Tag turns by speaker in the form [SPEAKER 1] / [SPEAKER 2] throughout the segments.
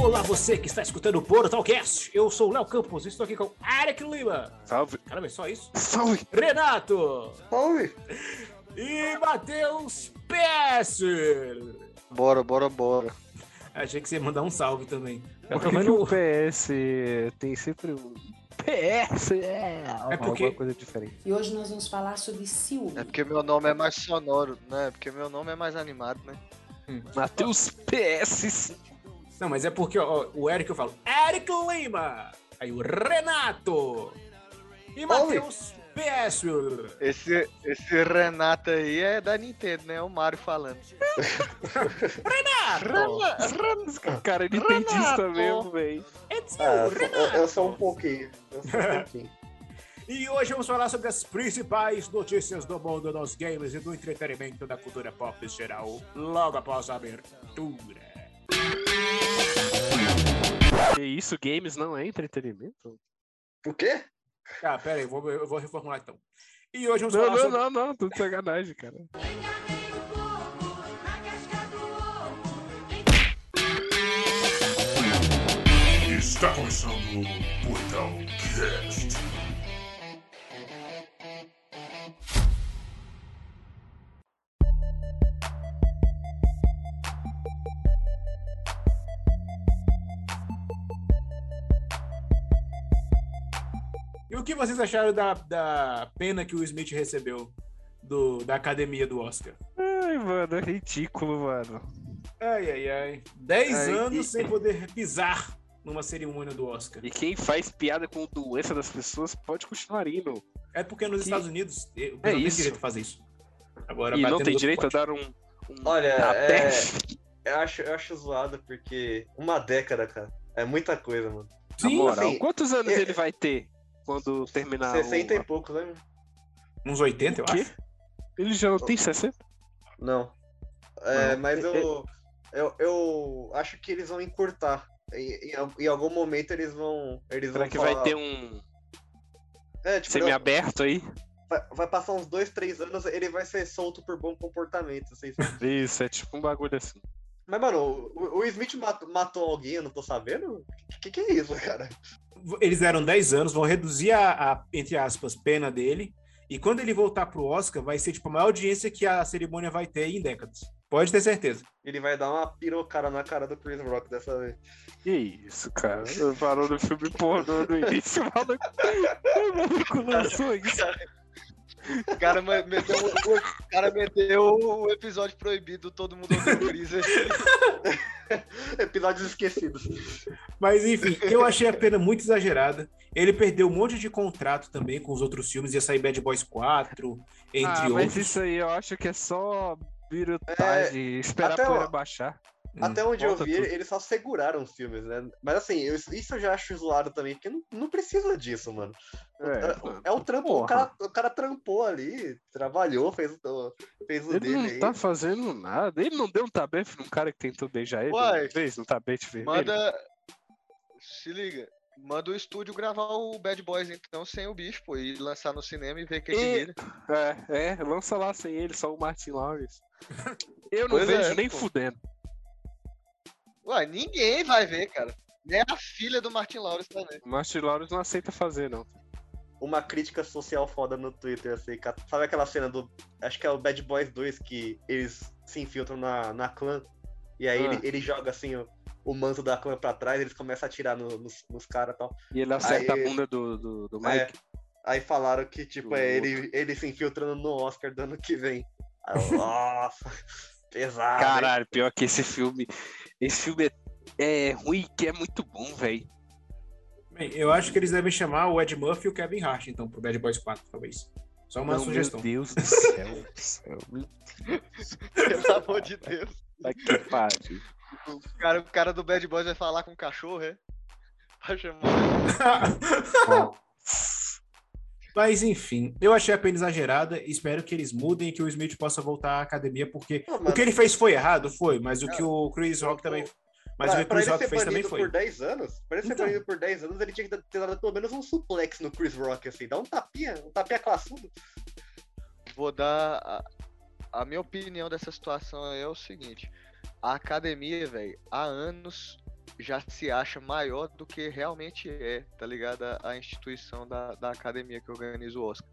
[SPEAKER 1] Olá, você que está escutando o Portalcast. Eu sou o Léo Campos e estou aqui com Eric Lima.
[SPEAKER 2] Salve.
[SPEAKER 1] Caramba, é só isso?
[SPEAKER 2] Salve.
[SPEAKER 1] Renato
[SPEAKER 2] Salve.
[SPEAKER 1] e Matheus Pesser.
[SPEAKER 2] Bora, bora, bora.
[SPEAKER 1] Achei que você ia mandar um salve também.
[SPEAKER 3] É
[SPEAKER 1] Pelo
[SPEAKER 3] porque que o
[SPEAKER 1] menos-
[SPEAKER 3] PS tem sempre um PS, é,
[SPEAKER 1] porque-
[SPEAKER 3] alguma coisa diferente.
[SPEAKER 4] E hoje nós vamos falar sobre ciúme.
[SPEAKER 2] É porque meu nome é mais sonoro, né? Porque meu nome é mais animado, né?
[SPEAKER 3] Matheus PS.
[SPEAKER 1] Não, mas é porque ó, ó, o Eric eu falo Eric Lima. Aí o Renato e Matheus Pesser.
[SPEAKER 2] Esse, esse Renato aí é da Nintendo, né? É o Mario falando.
[SPEAKER 1] Renato,
[SPEAKER 3] Cara, ele tem disso também, velho.
[SPEAKER 1] it's you,
[SPEAKER 5] Ah,
[SPEAKER 1] É Renato.
[SPEAKER 5] eu, eu sou um pouquinho. Eu sou um pouquinho.
[SPEAKER 1] E hoje vamos falar sobre as principais notícias do mundo dos games e do entretenimento da cultura pop em geral, logo após a abertura.
[SPEAKER 3] Que isso, games não é entretenimento?
[SPEAKER 5] O quê?
[SPEAKER 1] Ah, pera aí, vou, eu vou reformular então. E hoje vamos
[SPEAKER 3] Não,
[SPEAKER 1] falar
[SPEAKER 3] não,
[SPEAKER 1] sobre...
[SPEAKER 3] não, não, tudo sacanagem, cara.
[SPEAKER 6] Está começando o Portal Cast.
[SPEAKER 1] E o que vocês acharam da, da pena que o Smith recebeu do, da academia do Oscar?
[SPEAKER 3] Ai, mano, é ridículo, mano.
[SPEAKER 1] Ai, ai, ai. Dez
[SPEAKER 3] Ai,
[SPEAKER 1] anos
[SPEAKER 3] e-
[SPEAKER 1] sem poder pisar numa cerimônia do Oscar.
[SPEAKER 3] E quem faz piada com doença das pessoas pode continuar indo.
[SPEAKER 1] É porque nos
[SPEAKER 3] que- é
[SPEAKER 1] Estados Unidos eh, o pessoal tem
[SPEAKER 3] isso.
[SPEAKER 1] direito a fazer isso. Agora,
[SPEAKER 3] E não
[SPEAKER 1] batendo
[SPEAKER 3] tem
[SPEAKER 1] no-
[SPEAKER 3] direito a dar um. um
[SPEAKER 5] Olha, é,
[SPEAKER 3] tapete.
[SPEAKER 5] Eu acho, eu acho zoado porque uma década, cara, é muita coisa, mano.
[SPEAKER 3] Na
[SPEAKER 1] Sim,
[SPEAKER 3] moral,
[SPEAKER 5] assim,
[SPEAKER 3] quantos anos
[SPEAKER 5] eu-
[SPEAKER 3] ele vai ter quando terminar
[SPEAKER 5] 60
[SPEAKER 3] o...
[SPEAKER 5] e poucos, né?
[SPEAKER 1] uns 80, eu
[SPEAKER 3] Quê?
[SPEAKER 1] acho.
[SPEAKER 3] Ele já não tem 60?
[SPEAKER 5] Não. É,
[SPEAKER 3] Não.
[SPEAKER 5] mas eu, eu, eu acho que eles vão encurtar. Em, em- em algum momento eles vão. Eles
[SPEAKER 3] Será
[SPEAKER 5] vão
[SPEAKER 3] que
[SPEAKER 5] falar-
[SPEAKER 3] vai ter um
[SPEAKER 5] É, tipo,
[SPEAKER 3] semi-aberto aí?
[SPEAKER 5] vai, vai passar uns dois, três anos, ele vai ser solto por bom comportamento, assim. sabe?
[SPEAKER 3] Isso, é tipo um bagulho assim.
[SPEAKER 5] mas, mano, o, o Smith mat- matou alguém, eu não tô sabendo? O que, que é isso, cara?
[SPEAKER 1] Eles deram 10 anos, vão reduzir a, a, entre aspas, pena dele. E quando ele voltar pro Oscar, vai ser tipo a maior audiência que a cerimônia vai ter em décadas. Pode ter certeza.
[SPEAKER 5] Ele vai dar uma pirocada na cara do Chris Rock dessa vez.
[SPEAKER 3] Que isso, cara? Parou no filme pornô no início, o maluco. O maluco lançou isso.
[SPEAKER 2] O cara me- meteu, o, o cara meteu o episódio proibido, todo mundo odeia o Chris.
[SPEAKER 5] Episódios esquecidos.
[SPEAKER 1] Mas enfim, eu achei a pena muito exagerada. Ele perdeu um monte de contrato também com os outros filmes, ia sair Bad Boys 4, entre
[SPEAKER 3] Ah, mas
[SPEAKER 1] outros.
[SPEAKER 3] isso aí eu acho que é só birutagem, esperar
[SPEAKER 5] É, até
[SPEAKER 3] a poeira
[SPEAKER 5] o-
[SPEAKER 3] baixar.
[SPEAKER 1] Hum,
[SPEAKER 5] Até onde eu
[SPEAKER 3] volta
[SPEAKER 5] vi,
[SPEAKER 3] tudo.
[SPEAKER 5] eles só seguraram os filmes, né? Mas assim, eu- isso eu já acho zoado também, porque não, não precisa disso, mano.
[SPEAKER 3] É,
[SPEAKER 5] É um trampo, o
[SPEAKER 3] Porra.
[SPEAKER 5] cara, o cara trampou ali, trabalhou, fez, o- fez o
[SPEAKER 3] ele
[SPEAKER 5] dele
[SPEAKER 3] não
[SPEAKER 5] aí.
[SPEAKER 3] tá fazendo nada. Ele não deu um tabete num cara que tentou beijar ele
[SPEAKER 2] Uai.
[SPEAKER 3] uma vez, um tabete vermelho.
[SPEAKER 2] Manda. Se liga. Manda o estúdio gravar o Bad Boys, então, sem o bicho, pô, e lançar no cinema e ver o que que
[SPEAKER 3] E-
[SPEAKER 2] vira.
[SPEAKER 3] É, é, lança lá sem ele, só o Martin Lawrence. Eu não
[SPEAKER 2] Pois
[SPEAKER 3] vejo
[SPEAKER 5] né,
[SPEAKER 2] é,
[SPEAKER 3] nem
[SPEAKER 2] pô.
[SPEAKER 3] fudendo.
[SPEAKER 2] Ué, ninguém vai ver, cara. Nem a filha do Martin Lawrence tá vendo.
[SPEAKER 3] O Martin Lawrence não aceita fazer, não.
[SPEAKER 5] Uma crítica social foda no Twitter, assim. ca- Sabe aquela cena do. Acho que é o Bad Boys 2 que eles se infiltram na, na clã. E aí
[SPEAKER 3] Ah.
[SPEAKER 5] ele, ele joga assim o, o manto da clã pra trás, eles começam a atirar no- nos, nos caras e tal.
[SPEAKER 3] E ele acerta
[SPEAKER 5] Aí-
[SPEAKER 3] a bunda do, do,
[SPEAKER 1] Tipo,
[SPEAKER 3] do
[SPEAKER 5] É.
[SPEAKER 3] Mike.
[SPEAKER 5] Aí falaram que, tipo, é
[SPEAKER 3] Do
[SPEAKER 5] ele, ele se infiltrando no Oscar do ano que vem. Aí eu, Nossa, pesado. hein?
[SPEAKER 3] Caralho, pior que esse filme. Esse filme é, é ruim que é muito bom, velho.
[SPEAKER 1] Bem, eu acho que eles devem chamar o Ed Murphy e o Kevin Hart, então, pro Bad Boys 4, talvez. Só uma
[SPEAKER 3] Não,
[SPEAKER 1] sugestão.
[SPEAKER 3] Meu Deus do céu. do céu.
[SPEAKER 2] Pelo amor de Deus.
[SPEAKER 3] Puta que pariu.
[SPEAKER 2] O cara, o cara do Bad Boys vai falar com o cachorro, é? Vai chamar.
[SPEAKER 1] Ah. Mas enfim, eu achei a pena exagerada. Espero que eles mudem e que o Smith possa voltar à academia, porque
[SPEAKER 5] Não,
[SPEAKER 1] o
[SPEAKER 5] mano,
[SPEAKER 1] que ele fez foi errado, foi, mas o que
[SPEAKER 5] Cara,
[SPEAKER 1] o Chris Rock também. Mas
[SPEAKER 5] pra,
[SPEAKER 1] o que o
[SPEAKER 5] pra
[SPEAKER 1] Chris
[SPEAKER 5] ele
[SPEAKER 1] Rock
[SPEAKER 5] ser
[SPEAKER 1] fez também
[SPEAKER 5] banido
[SPEAKER 1] foi.
[SPEAKER 5] por 10 anos, pra ele ser
[SPEAKER 1] Então.
[SPEAKER 5] banido por 10 anos, ele tinha que ter dado pelo menos um suplex no Chris Rock, assim, dá um tapinha, um tapinha classudo.
[SPEAKER 2] Vou dar. A, a minha opinião dessa situação aí é o seguinte. A academia, velho, há anos já se acha maior do que realmente é, tá ligado? A, a instituição da, da academia que organiza o Oscar.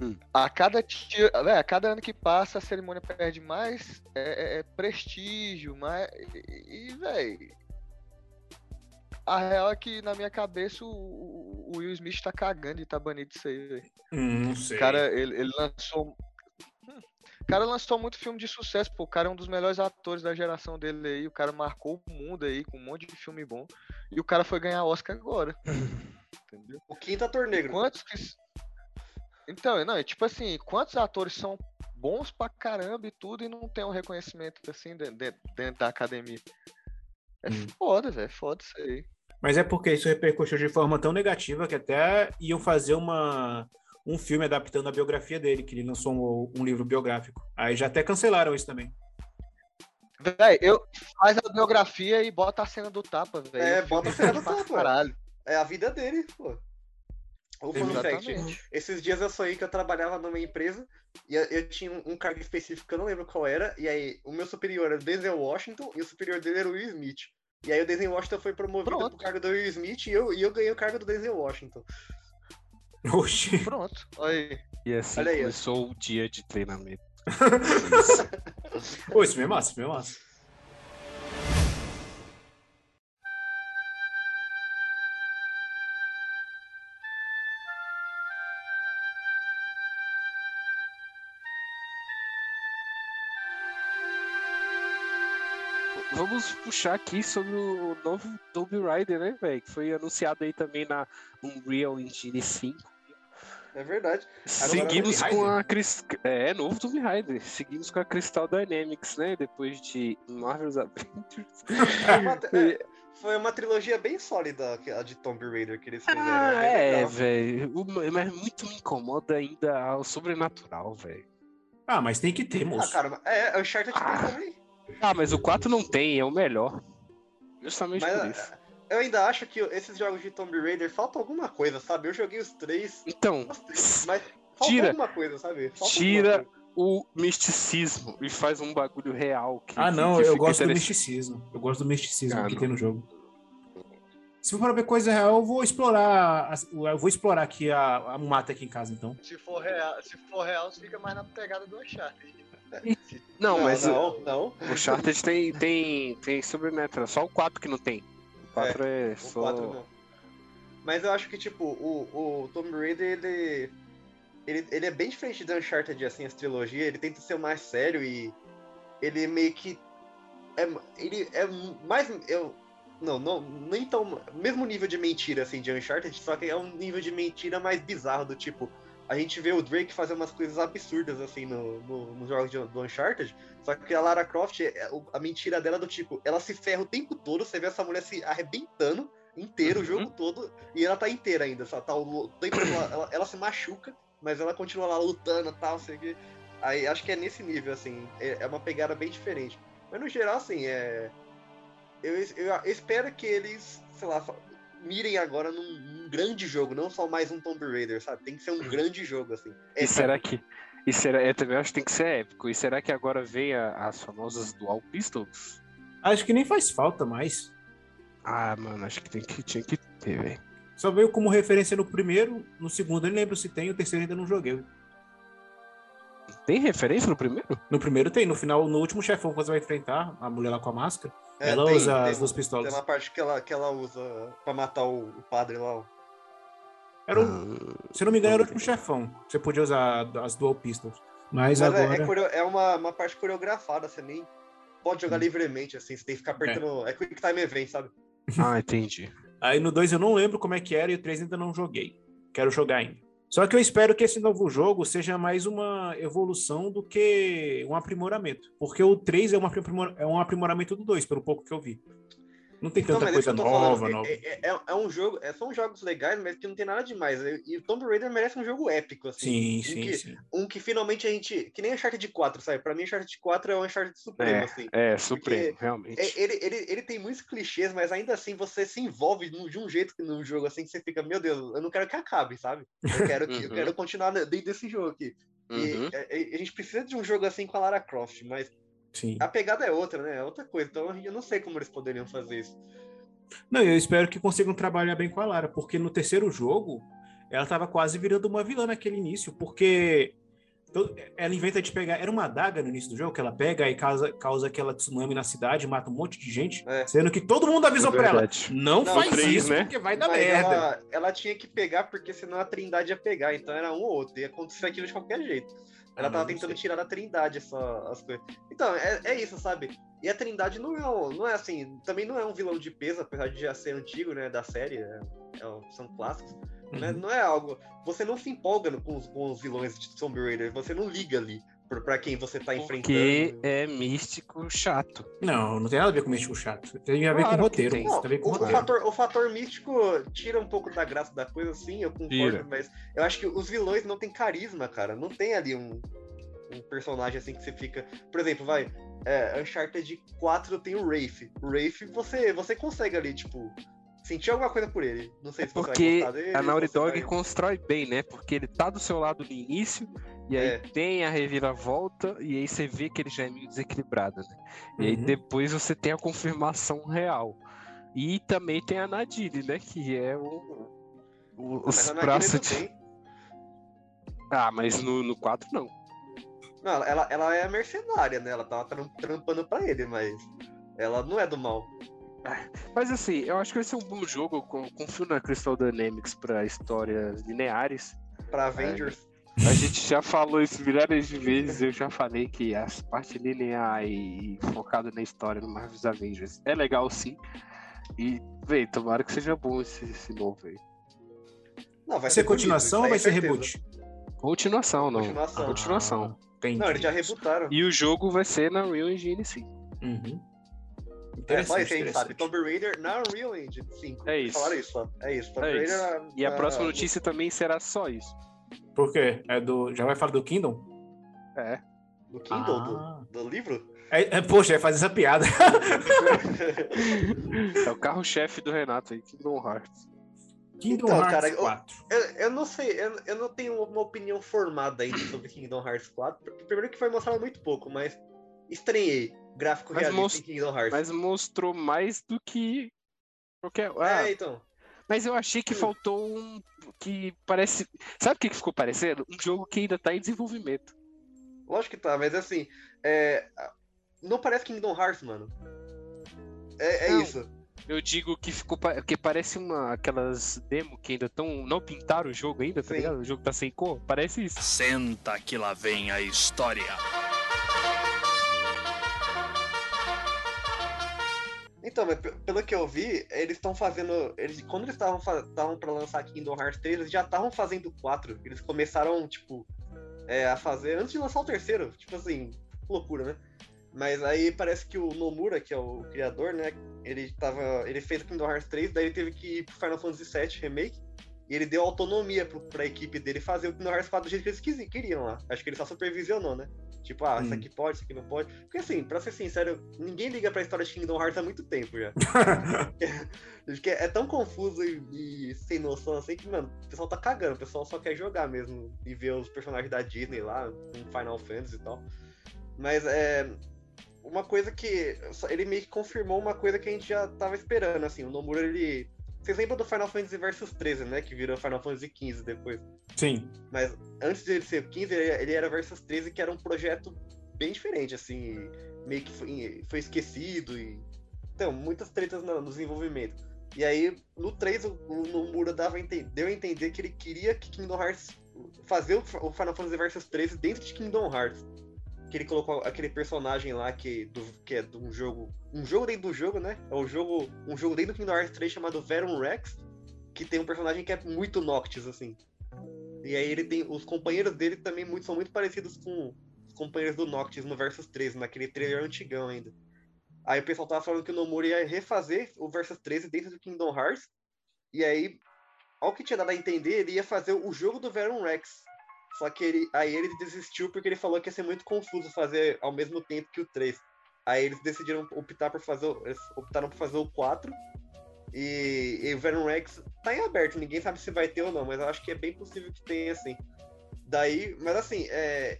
[SPEAKER 3] Hum.
[SPEAKER 2] A, cada, ti- véi, a cada ano que passa, a cerimônia perde mais é, é, é, prestígio, mais. E, e velho. A real é que na minha cabeça o, o- o Will Smith tá cagando e tá banido disso aí, velho.
[SPEAKER 1] Hum, não sei.
[SPEAKER 2] O cara, é- ele, ele lançou. O cara lançou muito filme de sucesso, pô. O cara é um dos melhores atores da geração dele aí. O cara marcou o mundo aí com um monte de filme bom. E o cara foi ganhar Oscar agora. Entendeu?
[SPEAKER 5] O quinto ator negro.
[SPEAKER 2] Quantos que. Então, não, é tipo assim, quantos atores são bons pra caramba e tudo e não tem um reconhecimento assim dentro, dentro- dentro da academia? É
[SPEAKER 1] Hum.
[SPEAKER 2] foda, velho. é Foda isso aí.
[SPEAKER 1] Mas é porque isso repercutiu de forma tão negativa que até iam fazer uma, um filme adaptando a biografia dele, que ele lançou um, um livro biográfico. Aí já até cancelaram isso também.
[SPEAKER 2] Véi, eu faz a biografia e bota a cena do tapa, velho.
[SPEAKER 5] É,
[SPEAKER 2] O filme
[SPEAKER 5] bota a cena
[SPEAKER 2] é
[SPEAKER 5] do
[SPEAKER 2] pra
[SPEAKER 5] tapa.
[SPEAKER 2] Caralho.
[SPEAKER 5] É a vida dele, pô. Vou fazer um fact.
[SPEAKER 2] Exatamente.
[SPEAKER 5] Esses dias eu sonhei que eu trabalhava numa empresa e eu, eu tinha um, um cargo específico que eu não lembro qual era. E aí, o meu superior era o Denzel Washington e o superior dele era o Will Smith. E aí, o Denzel Washington foi promovido
[SPEAKER 2] Pronto.
[SPEAKER 5] pro cargo do Will Smith e eu, e eu ganhei o cargo do Denzel Washington.
[SPEAKER 1] Oxi.
[SPEAKER 2] Pronto. Aí.
[SPEAKER 3] E assim
[SPEAKER 5] Olha aí, ó.
[SPEAKER 3] começou o dia de treinamento.
[SPEAKER 1] Ô, isso mesmo, isso mesmo.
[SPEAKER 3] Vamos puxar aqui sobre o novo Tomb Raider, né, velho? Que foi anunciado aí também na Unreal Engine 5.
[SPEAKER 5] É verdade.
[SPEAKER 3] Seguimos
[SPEAKER 1] Tomb
[SPEAKER 3] com
[SPEAKER 1] Raider?
[SPEAKER 3] a Cris... É, novo Tomb Raider. Seguimos com a Crystal Dynamics, né? Depois de Marvel's Adventures.
[SPEAKER 5] Foi uma, é, foi uma trilogia bem sólida que- a de Tomb Raider que eles fizeram.
[SPEAKER 3] Ah,
[SPEAKER 5] bem
[SPEAKER 3] é,
[SPEAKER 5] legal.
[SPEAKER 3] velho. O- Mas muito me incomoda ainda o sobrenatural, velho.
[SPEAKER 1] Ah, mas tem que ter,
[SPEAKER 5] Ah,
[SPEAKER 1] moço.
[SPEAKER 5] cara, é, o Uncharted tem também.
[SPEAKER 3] Ah, mas o 4 não tem, é o melhor. Justamente por
[SPEAKER 5] Mas
[SPEAKER 3] isso.
[SPEAKER 5] ah, eu ainda acho que esses jogos de Tomb Raider falta alguma coisa, sabe? Eu joguei os três,
[SPEAKER 3] Então,
[SPEAKER 5] os três, mas falta
[SPEAKER 3] Tira.
[SPEAKER 5] alguma coisa, sabe? Falta alguma
[SPEAKER 3] Tira.
[SPEAKER 5] coisa.
[SPEAKER 3] o misticismo e faz um bagulho real. que-
[SPEAKER 1] Ah,
[SPEAKER 3] que-
[SPEAKER 1] não,
[SPEAKER 3] que
[SPEAKER 1] eu
[SPEAKER 3] fica
[SPEAKER 1] gosto do
[SPEAKER 3] interessante.
[SPEAKER 1] misticismo. Eu gosto do misticismo
[SPEAKER 3] Ah,
[SPEAKER 1] que
[SPEAKER 3] não.
[SPEAKER 1] tem no jogo. Se for para ver coisa real, eu vou explorar. as- Eu vou explorar aqui a, a mata aqui em casa, então.
[SPEAKER 2] Se for real, se for real, fica mais na pegada do Uncharted.
[SPEAKER 3] Não, mas o-
[SPEAKER 5] Não, não.
[SPEAKER 3] o Chartered tem, tem, tem sobrenatural. Só o 4 que não tem. O 4 é,
[SPEAKER 5] O
[SPEAKER 3] só.
[SPEAKER 5] 4 não. Mas eu acho que, tipo, o, o Tomb Raider, ele, ele. Ele é bem diferente do Uncharted, assim, as trilogias. Ele tenta ser mais sério e. Ele meio que. É, ele é mais. Eu, não, não, nem tão. Mesmo nível de mentira, assim, de Uncharted, só que é um nível de mentira mais bizarro, do tipo. A gente vê o Drake fazer umas coisas absurdas, assim, no, no, nos jogos de- do Uncharted. Só que a Lara Croft, é- o- a mentira dela é do tipo, ela se ferra o tempo todo, você vê essa mulher se arrebentando inteiro o jogo todo, e ela tá inteira ainda, só tá o lo- tempo todo, ela, ela- ela se machuca, mas ela continua lá lutando e tal, sei o quê. Aí acho que é nesse nível, assim, é, é uma pegada bem diferente. Mas no geral, assim, é. Eu, es- eu espero que eles, sei lá, fa- mirem agora num, num grande jogo, não só mais um Tomb Raider, sabe? Tem que ser
[SPEAKER 1] Uhum.
[SPEAKER 5] um grande jogo, assim.
[SPEAKER 3] E será que. E será, eu também acho que tem que ser épico. E será que agora vem a- as famosas Dual Pistols?
[SPEAKER 1] Acho que nem faz falta mais.
[SPEAKER 3] Ah, mano, acho que, tem que tinha que ter, velho.
[SPEAKER 1] Só veio como referência no primeiro, no segundo eu nem lembro se tem, o terceiro ainda não joguei.
[SPEAKER 3] Tem referência no primeiro?
[SPEAKER 1] No primeiro tem, no final, no último chefão, quando você vai enfrentar a mulher lá com a máscara,
[SPEAKER 5] É,
[SPEAKER 1] ela
[SPEAKER 5] tem-
[SPEAKER 1] usa
[SPEAKER 5] tem
[SPEAKER 1] as
[SPEAKER 5] um-
[SPEAKER 1] duas
[SPEAKER 5] Tem
[SPEAKER 1] pistolas.
[SPEAKER 5] uma parte que ela, que ela usa pra matar o, o padre lá. ó.
[SPEAKER 1] Era o-
[SPEAKER 5] um
[SPEAKER 3] Ah,
[SPEAKER 1] se eu não me engano, era o último chefão. que Você podia usar as dual pistols. Mas,
[SPEAKER 5] Mas é-
[SPEAKER 1] agora.
[SPEAKER 5] é, coreo- é uma, uma parte coreografada, você nem pode jogar
[SPEAKER 1] Uhum.
[SPEAKER 5] livremente, assim, você tem que ficar apertando. É, Quick Time Event, sabe?
[SPEAKER 3] ah, entendi.
[SPEAKER 1] Aí no 2 eu não lembro como é que era e o 3 ainda não joguei. Quero jogar ainda. Só que eu espero que esse novo jogo seja mais uma evolução do que um aprimoramento. Porque o 3 é, um aprimor- é um aprimoramento do 2, pelo pouco que eu vi. Não tem tanta
[SPEAKER 5] mas é isso
[SPEAKER 1] coisa
[SPEAKER 5] que eu tô
[SPEAKER 1] nova,
[SPEAKER 5] falando,
[SPEAKER 1] nova.
[SPEAKER 5] É, é- é- é um jogo, é, são jogos legais, mas que não tem nada demais. é, E e o Tomb Raider merece um jogo épico, assim.
[SPEAKER 1] Sim,
[SPEAKER 5] Em
[SPEAKER 1] sim,
[SPEAKER 5] que-
[SPEAKER 1] sim.
[SPEAKER 5] Um que finalmente a gente. Que nem Uncharted 4, sabe? Pra mim, Uncharted 4 é um Uncharted Supremo, assim.
[SPEAKER 3] É, Supremo, realmente.
[SPEAKER 5] É, Ele, ele, ele tem muitos clichês, mas ainda assim você se envolve num- de um jeito que num jogo assim que você fica, meu Deus, eu não quero que acabe, sabe? Eu quero, que, eu
[SPEAKER 3] Uhum.
[SPEAKER 5] quero continuar ne- dentro desse jogo aqui. E
[SPEAKER 3] Uhum.
[SPEAKER 5] é, é, a gente precisa de um jogo assim com a Lara Croft, mas
[SPEAKER 1] Sim.
[SPEAKER 5] A pegada é outra, né? É outra coisa. Então eu não sei como eles poderiam fazer isso.
[SPEAKER 1] Não, eu espero que consigam trabalhar bem com a Lara, porque no terceiro jogo ela tava quase virando uma vilã naquele início, porque to- ela inventa de pegar. Era uma adaga no início do jogo que ela pega e causa, causa aquela tsunami na cidade, mata um monte de gente,
[SPEAKER 5] É.
[SPEAKER 1] sendo que todo mundo avisou pra ela:
[SPEAKER 3] É Verdade.
[SPEAKER 1] não,
[SPEAKER 5] Não,
[SPEAKER 1] faz
[SPEAKER 5] três,
[SPEAKER 1] isso,
[SPEAKER 3] né?
[SPEAKER 1] porque vai dar
[SPEAKER 5] Mas
[SPEAKER 1] merda.
[SPEAKER 5] Ela, ela tinha que pegar, porque senão a Trindade ia pegar. Então era um ou outro. Ia acontecer aquilo de qualquer jeito. Ela
[SPEAKER 1] Ah,
[SPEAKER 5] tava
[SPEAKER 1] não
[SPEAKER 5] tentando
[SPEAKER 1] sei.
[SPEAKER 5] tirar da Trindade só as coisas. Então, é, é isso, sabe? E a Trindade não é, um- não é assim. Também não é um vilão de peso, apesar de já ser antigo, né? Da série. é- é um- são clássicos. né?
[SPEAKER 1] Uhum.
[SPEAKER 5] Não é algo. Você não se empolga no- com os, com os vilões de Tomb Raider. Você não liga ali pra, pra quem você tá
[SPEAKER 3] Porque
[SPEAKER 5] enfrentando.
[SPEAKER 3] é místico chato.
[SPEAKER 1] Não, não tem nada a ver com místico chato. Tem a ver
[SPEAKER 3] Claro
[SPEAKER 1] com
[SPEAKER 3] que
[SPEAKER 1] roteiro.
[SPEAKER 3] tem.
[SPEAKER 1] Isso
[SPEAKER 5] Não,
[SPEAKER 1] tem a ver com
[SPEAKER 5] o, o
[SPEAKER 1] roteiro.
[SPEAKER 5] fator, o fator místico tira um pouco da graça da coisa, sim, eu concordo,
[SPEAKER 3] Tira.
[SPEAKER 5] mas eu acho que os vilões não têm carisma, cara. Não tem ali um, um personagem assim que você fica. Por exemplo, vai. É, Uncharted 4 tem o Rafe. O Rafe, você, você consegue ali, tipo, sentir alguma coisa por ele. Não sei se você vai
[SPEAKER 3] Porque
[SPEAKER 5] gostar dele.
[SPEAKER 3] a Naughty
[SPEAKER 5] você
[SPEAKER 3] Dog
[SPEAKER 5] vai-
[SPEAKER 3] constrói bem, né? Porque ele tá do seu lado no início, e aí
[SPEAKER 5] É.
[SPEAKER 3] tem a reviravolta, e aí você vê que ele já é meio desequilibrado, né? E aí
[SPEAKER 1] Uhum.
[SPEAKER 3] depois você tem a confirmação real. E também tem a Nadine, né? Que é o. o-
[SPEAKER 5] Mas
[SPEAKER 3] os
[SPEAKER 5] a Nadine
[SPEAKER 3] braços
[SPEAKER 5] não
[SPEAKER 3] de.
[SPEAKER 5] tem.
[SPEAKER 3] Ah, mas no, no 4 não.
[SPEAKER 5] Não, ela- ela, ela é mercenária, né? Ela tava tram- trampando pra ele, mas ela não é do mal.
[SPEAKER 3] Mas assim, eu acho que vai ser um bom jogo. Eu con- confio na Crystal Dynamics pra histórias lineares.
[SPEAKER 5] Pra Avengers.
[SPEAKER 3] A gente já falou isso milhares de vezes. Eu já falei que as partes linear e focado na história no Marvel's Avengers é legal sim. E, véi, tomara que seja bom esse, esse novo aí.
[SPEAKER 5] Não, vai
[SPEAKER 1] Vai ser
[SPEAKER 5] bonito, isso
[SPEAKER 1] continuação
[SPEAKER 5] aí
[SPEAKER 1] ou
[SPEAKER 5] é
[SPEAKER 1] vai ser
[SPEAKER 5] certeza.
[SPEAKER 1] reboot?
[SPEAKER 3] Continuação, não.
[SPEAKER 5] Continuação.
[SPEAKER 3] Continuação.
[SPEAKER 1] Entendi.
[SPEAKER 5] Não, eles já rebutaram.
[SPEAKER 3] E o jogo vai ser na Real Engine sim.
[SPEAKER 1] Uhum.
[SPEAKER 5] É só
[SPEAKER 1] Interessante,
[SPEAKER 5] isso aí, sabe?
[SPEAKER 1] interessante.
[SPEAKER 5] Tomb Raider na Unreal Engine 5.
[SPEAKER 3] É isso.
[SPEAKER 5] Falaram isso, só. É isso. Tomb
[SPEAKER 3] É
[SPEAKER 5] Raider
[SPEAKER 3] isso.
[SPEAKER 5] na-
[SPEAKER 3] E a
[SPEAKER 5] na-
[SPEAKER 3] próxima notícia também será só isso.
[SPEAKER 1] Por quê? É do... Já vai falar do Kingdom?
[SPEAKER 3] É.
[SPEAKER 5] Do Kindle,
[SPEAKER 1] Ah.
[SPEAKER 5] do, do livro?
[SPEAKER 1] É, é, poxa, é fazer essa piada.
[SPEAKER 3] É o carro-chefe do Renato aí, Kingdom Hearts.
[SPEAKER 1] Kingdom
[SPEAKER 5] Então,
[SPEAKER 1] Hearts
[SPEAKER 5] cara, eu-
[SPEAKER 1] 4.
[SPEAKER 5] eu, eu não sei, eu, eu não tenho uma opinião formada ainda sobre Kingdom Hearts 4. porque Primeiro que foi mostrado muito pouco, mas estranhei. Gráfico
[SPEAKER 3] Mas
[SPEAKER 5] realista
[SPEAKER 3] most-
[SPEAKER 5] em Kingdom Hearts.
[SPEAKER 3] Mas mostrou mais do que qualquer. Ah,
[SPEAKER 5] É, então.
[SPEAKER 3] Mas eu achei
[SPEAKER 5] Hum.
[SPEAKER 3] que faltou um. Que parece. Sabe o que que ficou parecendo? Um jogo que ainda tá em desenvolvimento.
[SPEAKER 5] Lógico que tá, mas assim, é, a- não parece Kingdom Hearts, mano. É, é
[SPEAKER 3] Não.
[SPEAKER 5] isso.
[SPEAKER 3] Eu digo que ficou. pa- Que parece uma. Aquelas demo que ainda estão. Não pintaram o jogo ainda, tá
[SPEAKER 5] Sim.
[SPEAKER 3] ligado? O jogo tá sem cor. Parece isso.
[SPEAKER 7] Senta que lá vem a história.
[SPEAKER 5] Então, mas pe- pelo que eu vi, eles estão fazendo. Eles, quando eles estavam estavam para lançar Kingdom Hearts 3, eles já estavam fazendo o 4. Eles começaram, tipo, é, a fazer antes de lançar o terceiro. Tipo assim, loucura, né? Mas aí parece que o Nomura, que é o criador, né? Ele tava. Ele fez o Kingdom Hearts 3, daí ele teve que ir pro Final Fantasy VII Remake. E ele deu autonomia pro, pra equipe dele fazer o Kingdom Hearts 4 do jeito que eles quisi- queriam lá. Acho que ele só supervisionou, né? Tipo, ah, isso
[SPEAKER 1] Hum.
[SPEAKER 5] aqui pode, isso aqui não pode. Porque assim, pra ser sincero, ninguém liga pra história de Kingdom Hearts há muito tempo já. Acho que é é tão confuso e, e sem noção assim que, mano, o pessoal tá cagando, o pessoal só quer jogar mesmo e ver os personagens da Disney lá, com Final Fantasy e tal. Mas é. Uma coisa que. só- Ele meio que confirmou uma coisa que a gente já tava esperando, assim. O Nomura, ele. Vocês lembram do Final Fantasy Versus 13, né? Que virou Final Fantasy 15 depois.
[SPEAKER 1] Sim.
[SPEAKER 5] Mas antes dele ser o 15, ele ele era Versus 13, que era um projeto bem diferente, assim, e meio que foi, foi esquecido e. Então, muitas tretas no, no desenvolvimento. E aí, no 3, o, o Nomura dava a enten- deu a entender que ele queria que Kingdom Hearts. fazer o, o Final Fantasy Versus 13 dentro de Kingdom Hearts. Que ele colocou aquele personagem lá que, do, que é de um jogo. Um jogo dentro do jogo, né? É um jogo, um jogo dentro do Kingdom Hearts 3 chamado Verum Rex. Que tem um personagem que é muito Noctis, assim. E aí ele tem. Os companheiros dele também muito, são muito parecidos com os companheiros do Noctis no Versus 13, naquele trailer antigão ainda. Aí o pessoal tava falando que o Nomura ia refazer o Versus 13 dentro do Kingdom Hearts. E aí, ao que tinha dado a entender, ele ia fazer o jogo do Verum Rex. Só que ele, aí ele desistiu porque ele falou que ia ser muito confuso fazer ao mesmo tempo que o 3. Aí eles decidiram optar por fazer, o- eles optaram por fazer o 4. E, e o Venom Rex tá em aberto, ninguém sabe se vai ter ou não, mas eu acho que é bem possível que tenha, assim. Daí, mas assim, é,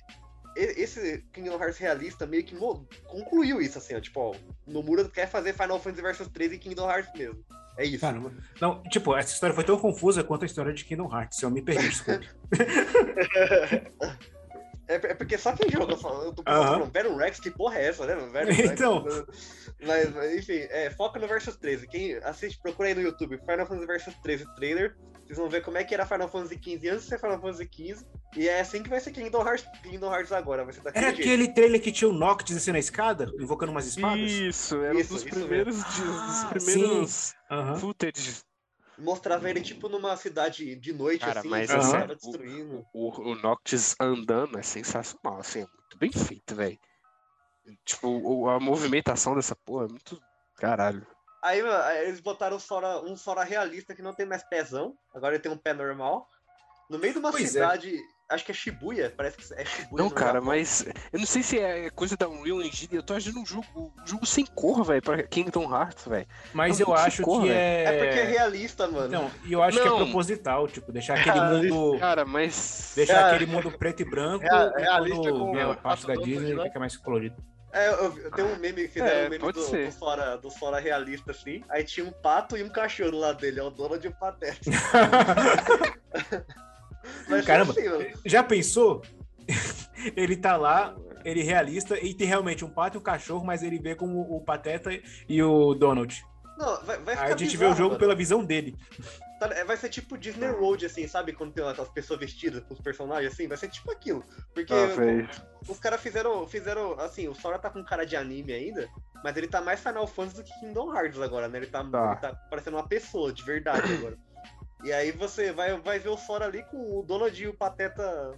[SPEAKER 5] e- esse Kingdom Hearts realista meio que mo- concluiu isso, assim, ó. Tipo, ó, Nomura quer fazer Final Fantasy Versus 13 e Kingdom Hearts mesmo. É isso.
[SPEAKER 1] Caramba. Não, tipo, essa história foi tão confusa quanto a história de Kingdom Hearts. Eu me perdi, desculpe.
[SPEAKER 5] É, é porque só quem joga fala, eu tô pensando,
[SPEAKER 1] Aham.
[SPEAKER 5] uhum. Baron Rex, que porra é essa, né? mano? Baron
[SPEAKER 1] Então.
[SPEAKER 5] Rex, mas, mas, enfim, é, foca no Versus 13. Quem assiste, procura aí no YouTube Final Fantasy Versus 13 trailer. Vocês vão ver como é que era Final Fantasy XV antes de ser Final Fantasy XV. E é assim que vai ser Kingdom Hearts, Kingdom Hearts agora. Vai ser daquele
[SPEAKER 1] Era
[SPEAKER 5] jeito.
[SPEAKER 1] É aquele trailer que tinha o Noctis assim na escada, invocando umas espadas?
[SPEAKER 3] Isso, era
[SPEAKER 5] Isso,
[SPEAKER 3] um dos
[SPEAKER 5] isso
[SPEAKER 3] primeiros, dias,
[SPEAKER 1] Ah,
[SPEAKER 3] dos primeiros
[SPEAKER 1] Aham.
[SPEAKER 3] footage.
[SPEAKER 5] Mostrava ele, tipo, numa cidade de noite,
[SPEAKER 3] Cara,
[SPEAKER 5] assim,
[SPEAKER 3] mas
[SPEAKER 5] com
[SPEAKER 1] é
[SPEAKER 5] os
[SPEAKER 1] sério,
[SPEAKER 5] caras destruindo.
[SPEAKER 3] O, o Noctis andando é sensacional, assim, é muito bem feito, velho. Tipo, o- a movimentação dessa porra é muito. Caralho.
[SPEAKER 5] Aí, mano, aí eles botaram um Sora, um Sora realista que não tem mais pezão. Agora ele tem um pé normal. No meio de uma
[SPEAKER 1] Pois é.
[SPEAKER 5] cidade, acho que é Shibuya, parece que é Shibuya.
[SPEAKER 3] Não,
[SPEAKER 5] no
[SPEAKER 3] cara,
[SPEAKER 5] Japão.
[SPEAKER 3] mas eu não sei se é coisa da Unreal Engine, eu tô agindo um jogo, um jogo sem cor, velho, pra Kingdom Hearts, velho.
[SPEAKER 1] Mas
[SPEAKER 3] Não,
[SPEAKER 1] eu
[SPEAKER 3] que
[SPEAKER 1] acho
[SPEAKER 3] cor,
[SPEAKER 1] que
[SPEAKER 3] velho.
[SPEAKER 1] é.
[SPEAKER 5] É porque é realista, mano.
[SPEAKER 1] Então, e eu acho que é
[SPEAKER 3] Não.
[SPEAKER 1] proposital, tipo, deixar aquele
[SPEAKER 5] Cara,
[SPEAKER 1] mundo.
[SPEAKER 3] Cara, mas.
[SPEAKER 1] Deixar
[SPEAKER 5] cara.
[SPEAKER 1] aquele mundo preto e branco.
[SPEAKER 2] Real-
[SPEAKER 1] e
[SPEAKER 2] realista
[SPEAKER 1] quando
[SPEAKER 2] com
[SPEAKER 1] vem a
[SPEAKER 2] quatro
[SPEAKER 1] parte da
[SPEAKER 2] tons,
[SPEAKER 1] Disney
[SPEAKER 2] né?
[SPEAKER 1] fica mais colorido.
[SPEAKER 5] É, eu, eu tenho um meme que fizeram
[SPEAKER 3] É,
[SPEAKER 5] um meme
[SPEAKER 3] pode
[SPEAKER 5] do,
[SPEAKER 3] ser.
[SPEAKER 5] do, Sora, do Sora realista, assim. Aí tinha um pato e um cachorro lá dele, é o dono de um patete. Mas,
[SPEAKER 1] Caramba.
[SPEAKER 5] assim, mano,
[SPEAKER 1] Já pensou? ele tá lá, ele realista, e tem realmente um pato e um cachorro, mas ele vê como o Pateta e o Donald.
[SPEAKER 5] não, vai, vai ficar
[SPEAKER 1] Aí a gente vê
[SPEAKER 5] bizarro,
[SPEAKER 1] o jogo
[SPEAKER 5] mano.
[SPEAKER 1] pela visão dele.
[SPEAKER 5] Tá- é, Vai ser tipo Disney Road, assim, sabe? Quando tem aquelas pessoas vestidas com os personagens, assim, vai ser tipo aquilo. Porque
[SPEAKER 3] Ah, velho.
[SPEAKER 5] os caras fizeram, fizeram, assim, o Sora tá com cara de anime ainda, mas ele tá mais Final Fantasy do que Kingdom Hearts agora, né? Ele tá,
[SPEAKER 3] Tá.
[SPEAKER 5] ele tá parecendo uma pessoa, de verdade agora. E aí você vai, vai ver o Sora ali com o Donald e o Pateta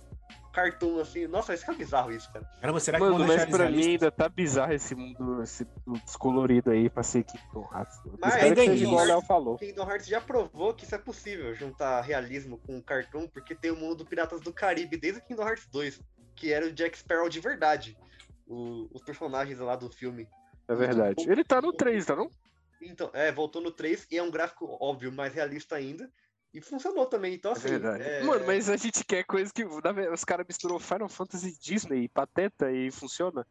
[SPEAKER 5] cartoon, assim. Nossa, vai ficar bizarro isso, cara.
[SPEAKER 1] Caramba, será que
[SPEAKER 3] Mano,
[SPEAKER 1] vão deixar
[SPEAKER 3] mas
[SPEAKER 1] eles
[SPEAKER 3] pra mim
[SPEAKER 1] realistas?
[SPEAKER 3] ainda tá bizarro esse mundo, esse mundo descolorido aí pra ser Kingdom Hearts. Eu
[SPEAKER 5] Mas
[SPEAKER 3] espero
[SPEAKER 1] ainda
[SPEAKER 3] que seja
[SPEAKER 1] existe.
[SPEAKER 3] igual o Léo falou.
[SPEAKER 5] Kingdom Hearts já provou que isso é possível, juntar realismo com cartoon, porque tem o mundo do Piratas do Caribe desde o Kingdom Hearts 2, que era o Jack Sparrow de verdade. o- os personagens lá do filme.
[SPEAKER 3] É verdade. Ele tá no 3, tá não?
[SPEAKER 5] Então, é, voltou no 3 e é um gráfico óbvio, mais realista ainda. E funcionou também, então
[SPEAKER 3] É
[SPEAKER 5] assim.
[SPEAKER 3] verdade.
[SPEAKER 5] é,
[SPEAKER 3] Mano, mas a gente quer coisa que. na verdade, Os caras misturam Final Fantasy Disney e Pateta e funciona.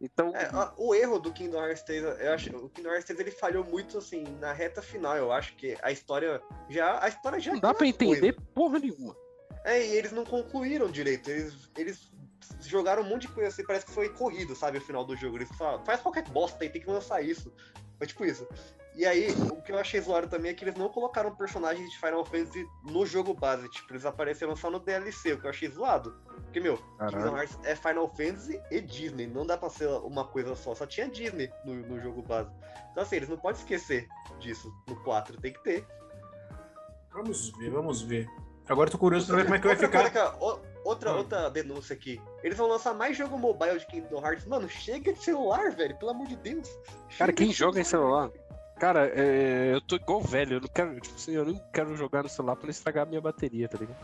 [SPEAKER 3] Então.
[SPEAKER 5] é, a- o erro do Kingdom Hearts 3, eu acho, o Kingdom Hearts 3 ele falhou muito assim na reta final, eu acho que a história já a história já
[SPEAKER 3] Não dá
[SPEAKER 5] tem
[SPEAKER 3] pra
[SPEAKER 5] uma coisa.
[SPEAKER 3] entender porra nenhuma.
[SPEAKER 5] É, e eles não concluíram direito. Eles, eles jogaram um monte de coisa assim, parece que foi corrido, sabe, o final do jogo. Eles falaram, faz qualquer bosta aí, tem que lançar isso. Foi tipo isso. E aí, o que eu achei zoado também é que eles não colocaram personagens de Final Fantasy no jogo base. Tipo, eles apareceram só no DLC, o que eu achei zoado. Porque, meu, Kingdom
[SPEAKER 3] Caralho.
[SPEAKER 5] Hearts é Final Fantasy e Disney. Não dá pra ser uma coisa só. Só tinha Disney no, no jogo base. Então, assim, eles não podem esquecer disso no 4. Tem que ter.
[SPEAKER 1] Vamos ver, vamos ver. Agora eu tô curioso pra ver como é que vai
[SPEAKER 5] outra coisa
[SPEAKER 1] ficar.
[SPEAKER 5] que eu- o- outra,
[SPEAKER 3] Hum.
[SPEAKER 5] outra denúncia aqui. Eles vão lançar mais jogo mobile de Kingdom Hearts. Mano, chega de celular, velho. Pelo amor de Deus.
[SPEAKER 3] Cara,
[SPEAKER 5] Chega
[SPEAKER 3] quem
[SPEAKER 5] de
[SPEAKER 3] joga em celular? Cara, é, eu tô igual velho, eu não quero, tipo assim, eu não quero jogar no celular pra não estragar a minha bateria, tá ligado?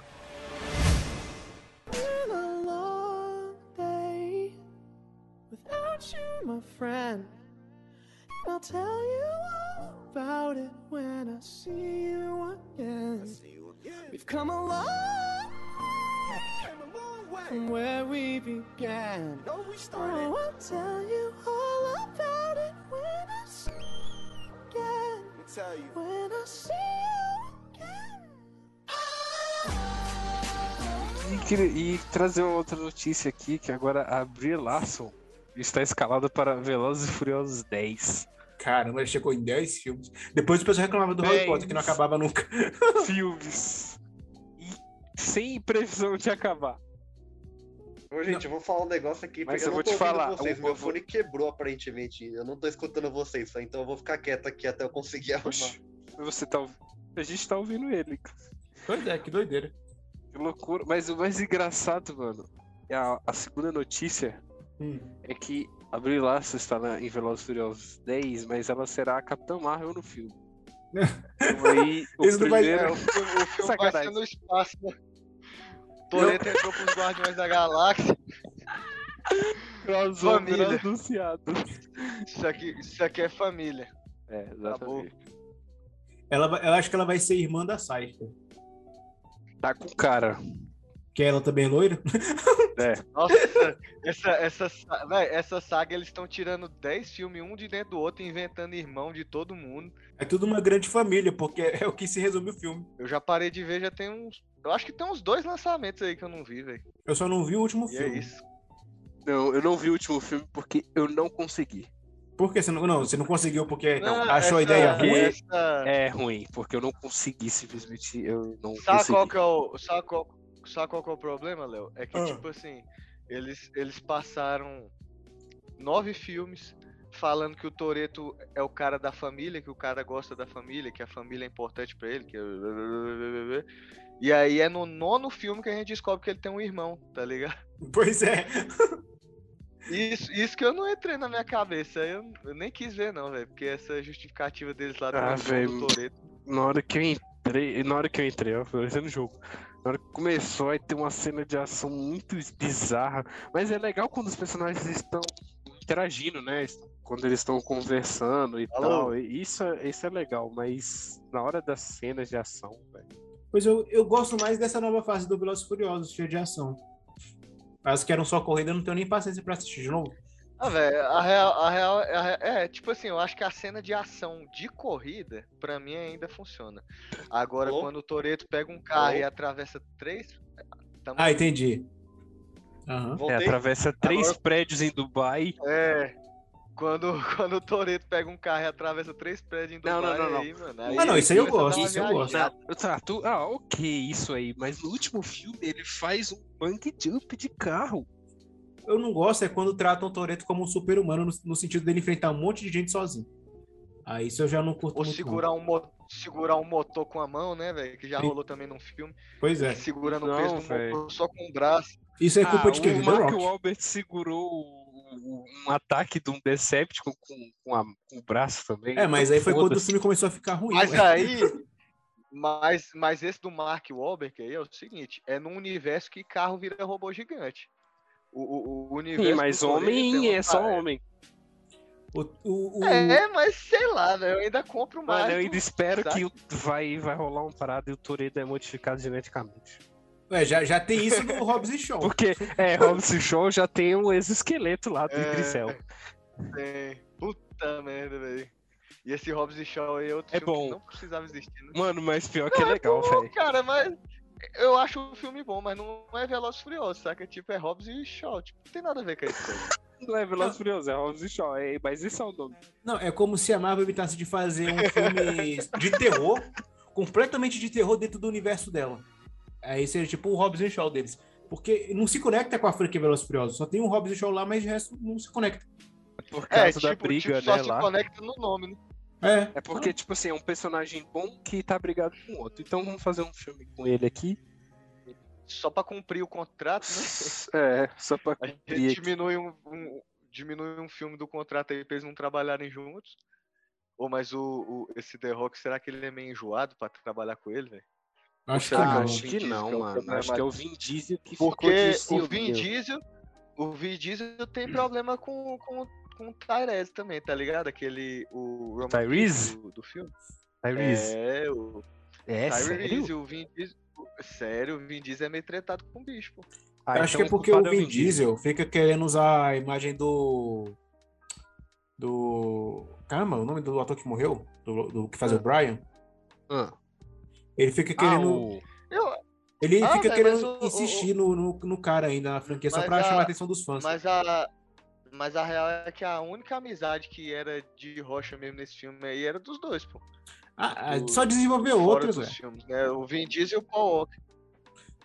[SPEAKER 3] E, queria- e trazer uma outra notícia aqui, que agora a Brie Larson está escalada para Velozes e Furiosos 10.
[SPEAKER 1] Caramba, ele chegou em 10 filmes. Depois o pessoal reclamava do Harry
[SPEAKER 3] Bem,
[SPEAKER 1] Potter, que não acabava nunca.
[SPEAKER 3] filmes. E sem previsão de acabar.
[SPEAKER 5] Ô, gente, eu vou falar um negócio aqui.
[SPEAKER 3] Mas
[SPEAKER 5] porque
[SPEAKER 3] eu vou
[SPEAKER 5] não tô
[SPEAKER 3] te
[SPEAKER 5] ouvindo
[SPEAKER 3] falar, um
[SPEAKER 5] Vocês.
[SPEAKER 3] eu-
[SPEAKER 5] Meu
[SPEAKER 3] eu vou-
[SPEAKER 5] fone quebrou, aparentemente. Eu não tô escutando vocês, só, então eu vou ficar quieto aqui até eu conseguir arrumar.
[SPEAKER 3] Oxi, você tá ouv- A gente tá ouvindo ele.
[SPEAKER 1] Doideira, é, que doideira.
[SPEAKER 3] Que loucura. Mas o mais engraçado, mano, é a, a segunda notícia
[SPEAKER 1] Hum.
[SPEAKER 3] é que a Brie Larson está na, em Velozes e Furiosos 10, mas ela será a Capitã Marvel no filme. Então aí, o
[SPEAKER 1] Isso não vai-
[SPEAKER 3] primeiro...
[SPEAKER 2] É, O filme, o filme vai ser
[SPEAKER 3] Sacanagem.
[SPEAKER 2] no espaço, né? Toreto entrou pros Guardiões da Galáxia.
[SPEAKER 3] crossover
[SPEAKER 2] Família.
[SPEAKER 3] anunciado.
[SPEAKER 2] Isso aqui, isso aqui é família.
[SPEAKER 3] É, exatamente.
[SPEAKER 1] Ela, vai- eu acho que ela vai ser irmã da Saika.
[SPEAKER 3] Tá com cara.
[SPEAKER 1] que ela também é loira.
[SPEAKER 2] Nossa, essa, essa, sa- véi, essa saga eles estão tirando 10 filmes, um de dentro do outro, inventando irmão de todo mundo.
[SPEAKER 1] É tudo uma grande família, porque é o que se resume o filme.
[SPEAKER 2] Eu já parei de ver, já tem uns. Eu acho que tem uns dois lançamentos aí que eu não vi, velho.
[SPEAKER 1] Eu só não vi o último
[SPEAKER 2] E é
[SPEAKER 1] filme.
[SPEAKER 2] isso.
[SPEAKER 3] Não, eu não vi o último filme porque eu não consegui.
[SPEAKER 1] Por que você não, não, você não conseguiu porque
[SPEAKER 2] Não,
[SPEAKER 1] achou a
[SPEAKER 2] Ah, essa-
[SPEAKER 1] ideia
[SPEAKER 3] aqui-
[SPEAKER 1] ruim?
[SPEAKER 2] essa-
[SPEAKER 3] É ruim, porque eu não consegui simplesmente. Eu não
[SPEAKER 2] Sabe
[SPEAKER 3] consegui.
[SPEAKER 2] qual que é o. Sabe qual, sabe qual que é o problema, Léo? É que,
[SPEAKER 1] Ah.
[SPEAKER 2] tipo assim, eles, eles passaram nove filmes falando que o Toreto é o cara da família, que o cara gosta da família, que a família é importante pra ele, que. E aí é no nono filme que a gente descobre que ele tem um irmão, tá ligado?
[SPEAKER 1] Pois é.
[SPEAKER 2] Isso, isso que eu não entrei na minha cabeça, eu, eu nem quis ver não, velho, porque essa justificativa deles lá do
[SPEAKER 3] Ah,
[SPEAKER 2] irmão do
[SPEAKER 3] velho.
[SPEAKER 2] Toreto.
[SPEAKER 3] Na hora que eu entrei, na hora que eu entrei, ó, parecendo jogo. Na hora que começou, aí tem uma cena de ação muito bizarra. Mas é legal quando os personagens estão interagindo, né? Quando eles estão conversando e
[SPEAKER 2] Alô?
[SPEAKER 3] tal. E Isso, é- isso é legal, mas na hora das cenas de ação, velho.
[SPEAKER 1] Pois eu, eu gosto mais dessa nova fase do Velozes e Furiosos, cheia de ação. As que eram só corrida, eu não tenho nem paciência pra assistir de novo.
[SPEAKER 2] Ah, velho, a real, a real, a real- é, tipo assim, eu acho que a cena de ação de corrida, pra mim, ainda funciona. Agora,
[SPEAKER 5] Alô?
[SPEAKER 2] quando o Toreto pega um carro e
[SPEAKER 5] Alô?
[SPEAKER 2] atravessa três. Tamo-
[SPEAKER 1] Ah, entendi. Aham.
[SPEAKER 3] É,
[SPEAKER 5] Voltei?
[SPEAKER 3] atravessa três
[SPEAKER 2] Agora-
[SPEAKER 3] prédios em Dubai.
[SPEAKER 2] É. Quando, quando o Toreto pega um carro e atravessa três prédios em
[SPEAKER 3] Não,
[SPEAKER 2] Dubai,
[SPEAKER 3] não, não, não.
[SPEAKER 2] aí, mano.
[SPEAKER 1] Ah, não, isso aí eu
[SPEAKER 2] começa a dar
[SPEAKER 1] gosto,
[SPEAKER 2] uma
[SPEAKER 1] isso eu gosto.
[SPEAKER 2] viajada.
[SPEAKER 3] Tá, tu- ah, ok, isso aí. Mas no último filme ele faz um bang jump de carro.
[SPEAKER 1] Eu não gosto é quando tratam o Toreto como um super-humano, no, no sentido dele enfrentar um monte de gente sozinho. Aí isso eu já não curto
[SPEAKER 2] Ou
[SPEAKER 1] muito. não.
[SPEAKER 2] segurar um, mo- segurar um motor com a mão, né, velho? Que já
[SPEAKER 1] Sim.
[SPEAKER 2] rolou também num filme.
[SPEAKER 1] Pois é.
[SPEAKER 2] Segurando
[SPEAKER 3] Não,
[SPEAKER 2] o peso do
[SPEAKER 3] velho.
[SPEAKER 2] motor só com o braço.
[SPEAKER 1] Isso é culpa de
[SPEAKER 3] Ah, o
[SPEAKER 1] quem? Do The
[SPEAKER 3] Mark
[SPEAKER 1] Rock.
[SPEAKER 3] Wahlberg segurou o- o- um ataque de um Decepticon com, com, a- com o braço também.
[SPEAKER 1] É, mas aí foi quando o
[SPEAKER 3] Foda-se.
[SPEAKER 1] filme começou a ficar ruim.
[SPEAKER 2] Mas
[SPEAKER 1] ué.
[SPEAKER 2] aí. Mas, mas esse do Mark Wahlberg aí é o seguinte: é num universo que carro vira robô gigante. O, o, o universo.
[SPEAKER 3] Sim,
[SPEAKER 2] do
[SPEAKER 3] mas
[SPEAKER 1] né?
[SPEAKER 2] Toretto
[SPEAKER 3] homem
[SPEAKER 1] um
[SPEAKER 2] uma
[SPEAKER 3] é só
[SPEAKER 2] parada-
[SPEAKER 3] homem.
[SPEAKER 1] O, o- o-
[SPEAKER 2] É, mas sei lá, velho. Eu ainda compro mais.
[SPEAKER 3] Mano, eu ainda
[SPEAKER 2] do-
[SPEAKER 3] espero
[SPEAKER 2] sabe?
[SPEAKER 3] que o- vai, vai rolar uma parada e o Toredo é modificado geneticamente.
[SPEAKER 1] ué, é, já, já tem isso no Hobbs e Shaw.
[SPEAKER 3] Porque, é, Robson Shaw já tem um exoesqueleto lá do
[SPEAKER 2] É.
[SPEAKER 3] Idricel.
[SPEAKER 2] Tem. Puta merda, velho. E esse Hobbs e Shaw aí é outro
[SPEAKER 3] É
[SPEAKER 2] filme que
[SPEAKER 3] bom.
[SPEAKER 2] não precisava existir. Né?
[SPEAKER 3] Mano, mas pior que é
[SPEAKER 2] Não, é
[SPEAKER 3] legal,
[SPEAKER 2] bom,
[SPEAKER 3] velho.
[SPEAKER 2] cara, mas. Eu acho o filme bom, mas não é Velozes e Furiosos, saca? Tipo, é Hobbs e Shaw. Tipo, não tem nada a ver com isso.
[SPEAKER 3] Não é Velozes e Furiosos, é Robson Shaw, é, mas esse é o nome.
[SPEAKER 1] Não, é como se a Marvel evitasse de fazer um filme de terror, completamente de terror dentro do universo dela. Aí seria tipo o Hobbs e Shaw deles. Porque não se conecta com a franquia Velozes e Furiosos. Só tem um Hobbs e Shaw lá, mas o resto não se conecta.
[SPEAKER 3] Por
[SPEAKER 2] É,
[SPEAKER 3] causa da
[SPEAKER 2] tipo, tipo,
[SPEAKER 3] briga,
[SPEAKER 2] só
[SPEAKER 3] né,
[SPEAKER 2] se
[SPEAKER 3] lá.
[SPEAKER 2] conecta no nome, né?
[SPEAKER 1] É.
[SPEAKER 3] É porque, tipo assim, é um personagem bom que tá brigado com outro. Então vamos fazer um filme com ele aqui.
[SPEAKER 2] só pra cumprir o contrato, né?
[SPEAKER 3] É, só pra
[SPEAKER 2] A gente
[SPEAKER 3] cumprir aqui.
[SPEAKER 2] diminui um, um- diminui um filme do contrato aí pra eles não trabalharem juntos. Ou mas o, o- esse The Rock, será que ele é meio enjoado pra trabalhar com ele, velho?
[SPEAKER 1] Acho que
[SPEAKER 2] Será
[SPEAKER 3] Ah,
[SPEAKER 1] não.
[SPEAKER 3] acho
[SPEAKER 2] Vin
[SPEAKER 3] que
[SPEAKER 2] Diesel que é
[SPEAKER 3] não,
[SPEAKER 2] o
[SPEAKER 3] mano. Acho que é o Vin Diesel que ficou
[SPEAKER 2] Porque
[SPEAKER 3] de
[SPEAKER 2] o Vin
[SPEAKER 3] ciúme.
[SPEAKER 2] Diesel, o Vin Diesel tem problema com, com, com o Tyrese também, tá ligado? Aquele o Roman
[SPEAKER 3] Tyrese?
[SPEAKER 2] do, do filme.
[SPEAKER 3] Tyrese.
[SPEAKER 2] É, o
[SPEAKER 3] É, sério?
[SPEAKER 2] Tyrese, o Vin Diesel. Sério, o Vin Diesel é meio tretado com o bicho, pô.
[SPEAKER 3] Ah,
[SPEAKER 1] Eu acho
[SPEAKER 3] então
[SPEAKER 1] que é porque o
[SPEAKER 3] culpado é
[SPEAKER 1] Vin Diesel fica querendo usar a imagem do. Do. Caramba, o nome do ator que morreu? Do, do que faz o Brian?
[SPEAKER 3] Ah,
[SPEAKER 1] Ele fica
[SPEAKER 2] Ah,
[SPEAKER 1] querendo.
[SPEAKER 3] o-
[SPEAKER 2] Eu,
[SPEAKER 1] Ele
[SPEAKER 2] Ah,
[SPEAKER 1] fica
[SPEAKER 2] velho,
[SPEAKER 1] querendo
[SPEAKER 2] mas o- o-
[SPEAKER 1] insistir no, no, no cara ainda na franquia, só
[SPEAKER 2] Mas
[SPEAKER 1] pra
[SPEAKER 2] a-
[SPEAKER 1] chamar a atenção dos fãs.
[SPEAKER 2] Mas a, mas a real é que a única amizade que era de rocha mesmo nesse filme aí era dos dois, pô.
[SPEAKER 1] Ah, ah,
[SPEAKER 2] do-
[SPEAKER 1] só desenvolver
[SPEAKER 2] Fora
[SPEAKER 1] outras,
[SPEAKER 2] dos
[SPEAKER 1] velho.
[SPEAKER 2] filmes, né? O Vin Diesel e o Paul Walker.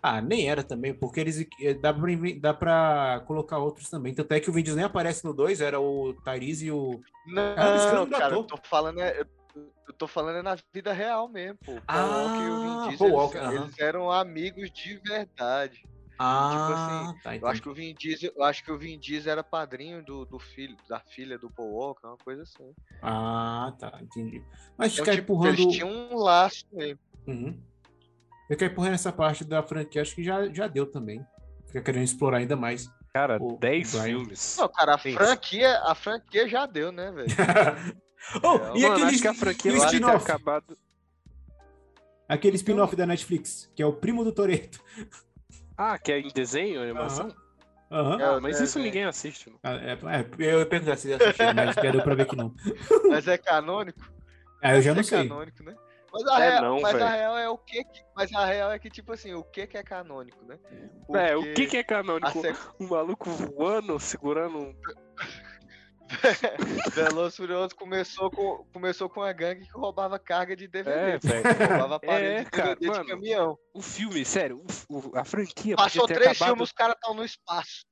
[SPEAKER 1] Ah, nem era também, porque eles eh, dá pra, inven- dá pra colocar outros também. Tanto é que o Vin Diesel nem aparece no 2, era o Tyrese e o.
[SPEAKER 2] Não,
[SPEAKER 1] Cara, esse cara é um
[SPEAKER 2] cara, eu
[SPEAKER 1] ator.
[SPEAKER 2] tô falando é, eu- eu tô falando é na vida real mesmo, pô. O Paul
[SPEAKER 1] Ah,
[SPEAKER 2] Walker e o Vin Diesel,
[SPEAKER 1] Paul
[SPEAKER 2] eles-
[SPEAKER 1] Walker,
[SPEAKER 2] eles,
[SPEAKER 1] aham.
[SPEAKER 2] eram amigos de verdade.
[SPEAKER 1] Ah, tá,
[SPEAKER 2] Tipo assim, Eu acho
[SPEAKER 1] entendi.
[SPEAKER 2] que o Vin Diesel, eu acho que o Vin Diesel era padrinho do, do filho, da filha do Paul Walker, uma coisa assim.
[SPEAKER 1] Ah, tá, entendi. Mas
[SPEAKER 2] Então,
[SPEAKER 1] ficar
[SPEAKER 2] tipo,
[SPEAKER 1] é empurrando.
[SPEAKER 2] eles tinham um laço mesmo.
[SPEAKER 1] Uhum. Ficar empurrando essa parte da franquia, acho que já, já deu também. Fica querendo explorar ainda mais.
[SPEAKER 3] Cara,
[SPEAKER 1] o
[SPEAKER 3] 10
[SPEAKER 1] Brian.
[SPEAKER 3] filmes.
[SPEAKER 2] Não, cara, a
[SPEAKER 3] Sim.
[SPEAKER 2] franquia, a franquia já deu, né, velho? É,
[SPEAKER 1] oh, e
[SPEAKER 3] Mano,
[SPEAKER 1] aquele,
[SPEAKER 3] acho que a franquia
[SPEAKER 1] e o
[SPEAKER 3] lá deve ter
[SPEAKER 1] spin-off?
[SPEAKER 3] acabado.
[SPEAKER 1] Aquele spin-off da Netflix, que é o primo do Toreto.
[SPEAKER 3] Ah, que é em desenho, animação?
[SPEAKER 1] Aham. Aham.
[SPEAKER 3] Ah, mas
[SPEAKER 2] É,
[SPEAKER 3] isso
[SPEAKER 2] é,
[SPEAKER 3] ninguém assiste. Não.
[SPEAKER 1] Ah, É, é, eu ia perguntar se vocês assistiram, mas já deu pra ver que não.
[SPEAKER 2] Mas é canônico?
[SPEAKER 1] Ah, eu já não
[SPEAKER 2] é
[SPEAKER 1] sei.
[SPEAKER 2] canônico, né? Mas a,
[SPEAKER 3] É
[SPEAKER 2] real,
[SPEAKER 3] não,
[SPEAKER 2] mas a
[SPEAKER 3] velho.
[SPEAKER 2] real é o que, que- Mas a real é que, tipo assim, o que, que é canônico, né?
[SPEAKER 3] É, o que, que é
[SPEAKER 2] a
[SPEAKER 3] canônico?
[SPEAKER 2] sequência
[SPEAKER 3] Um maluco voando, segurando um.
[SPEAKER 2] Velozes e Furiosos começou com, começou com a gangue que roubava carga de DVD.
[SPEAKER 3] É, velho.
[SPEAKER 2] roubava aparelho
[SPEAKER 3] É,
[SPEAKER 2] de
[SPEAKER 3] cara,
[SPEAKER 2] DVD
[SPEAKER 3] mano.
[SPEAKER 2] de caminhão.
[SPEAKER 3] O um filme, sério, o- o- a franquia
[SPEAKER 2] Passou
[SPEAKER 3] podia ter
[SPEAKER 2] três
[SPEAKER 3] acabado.
[SPEAKER 2] filmes, os caras estão no espaço.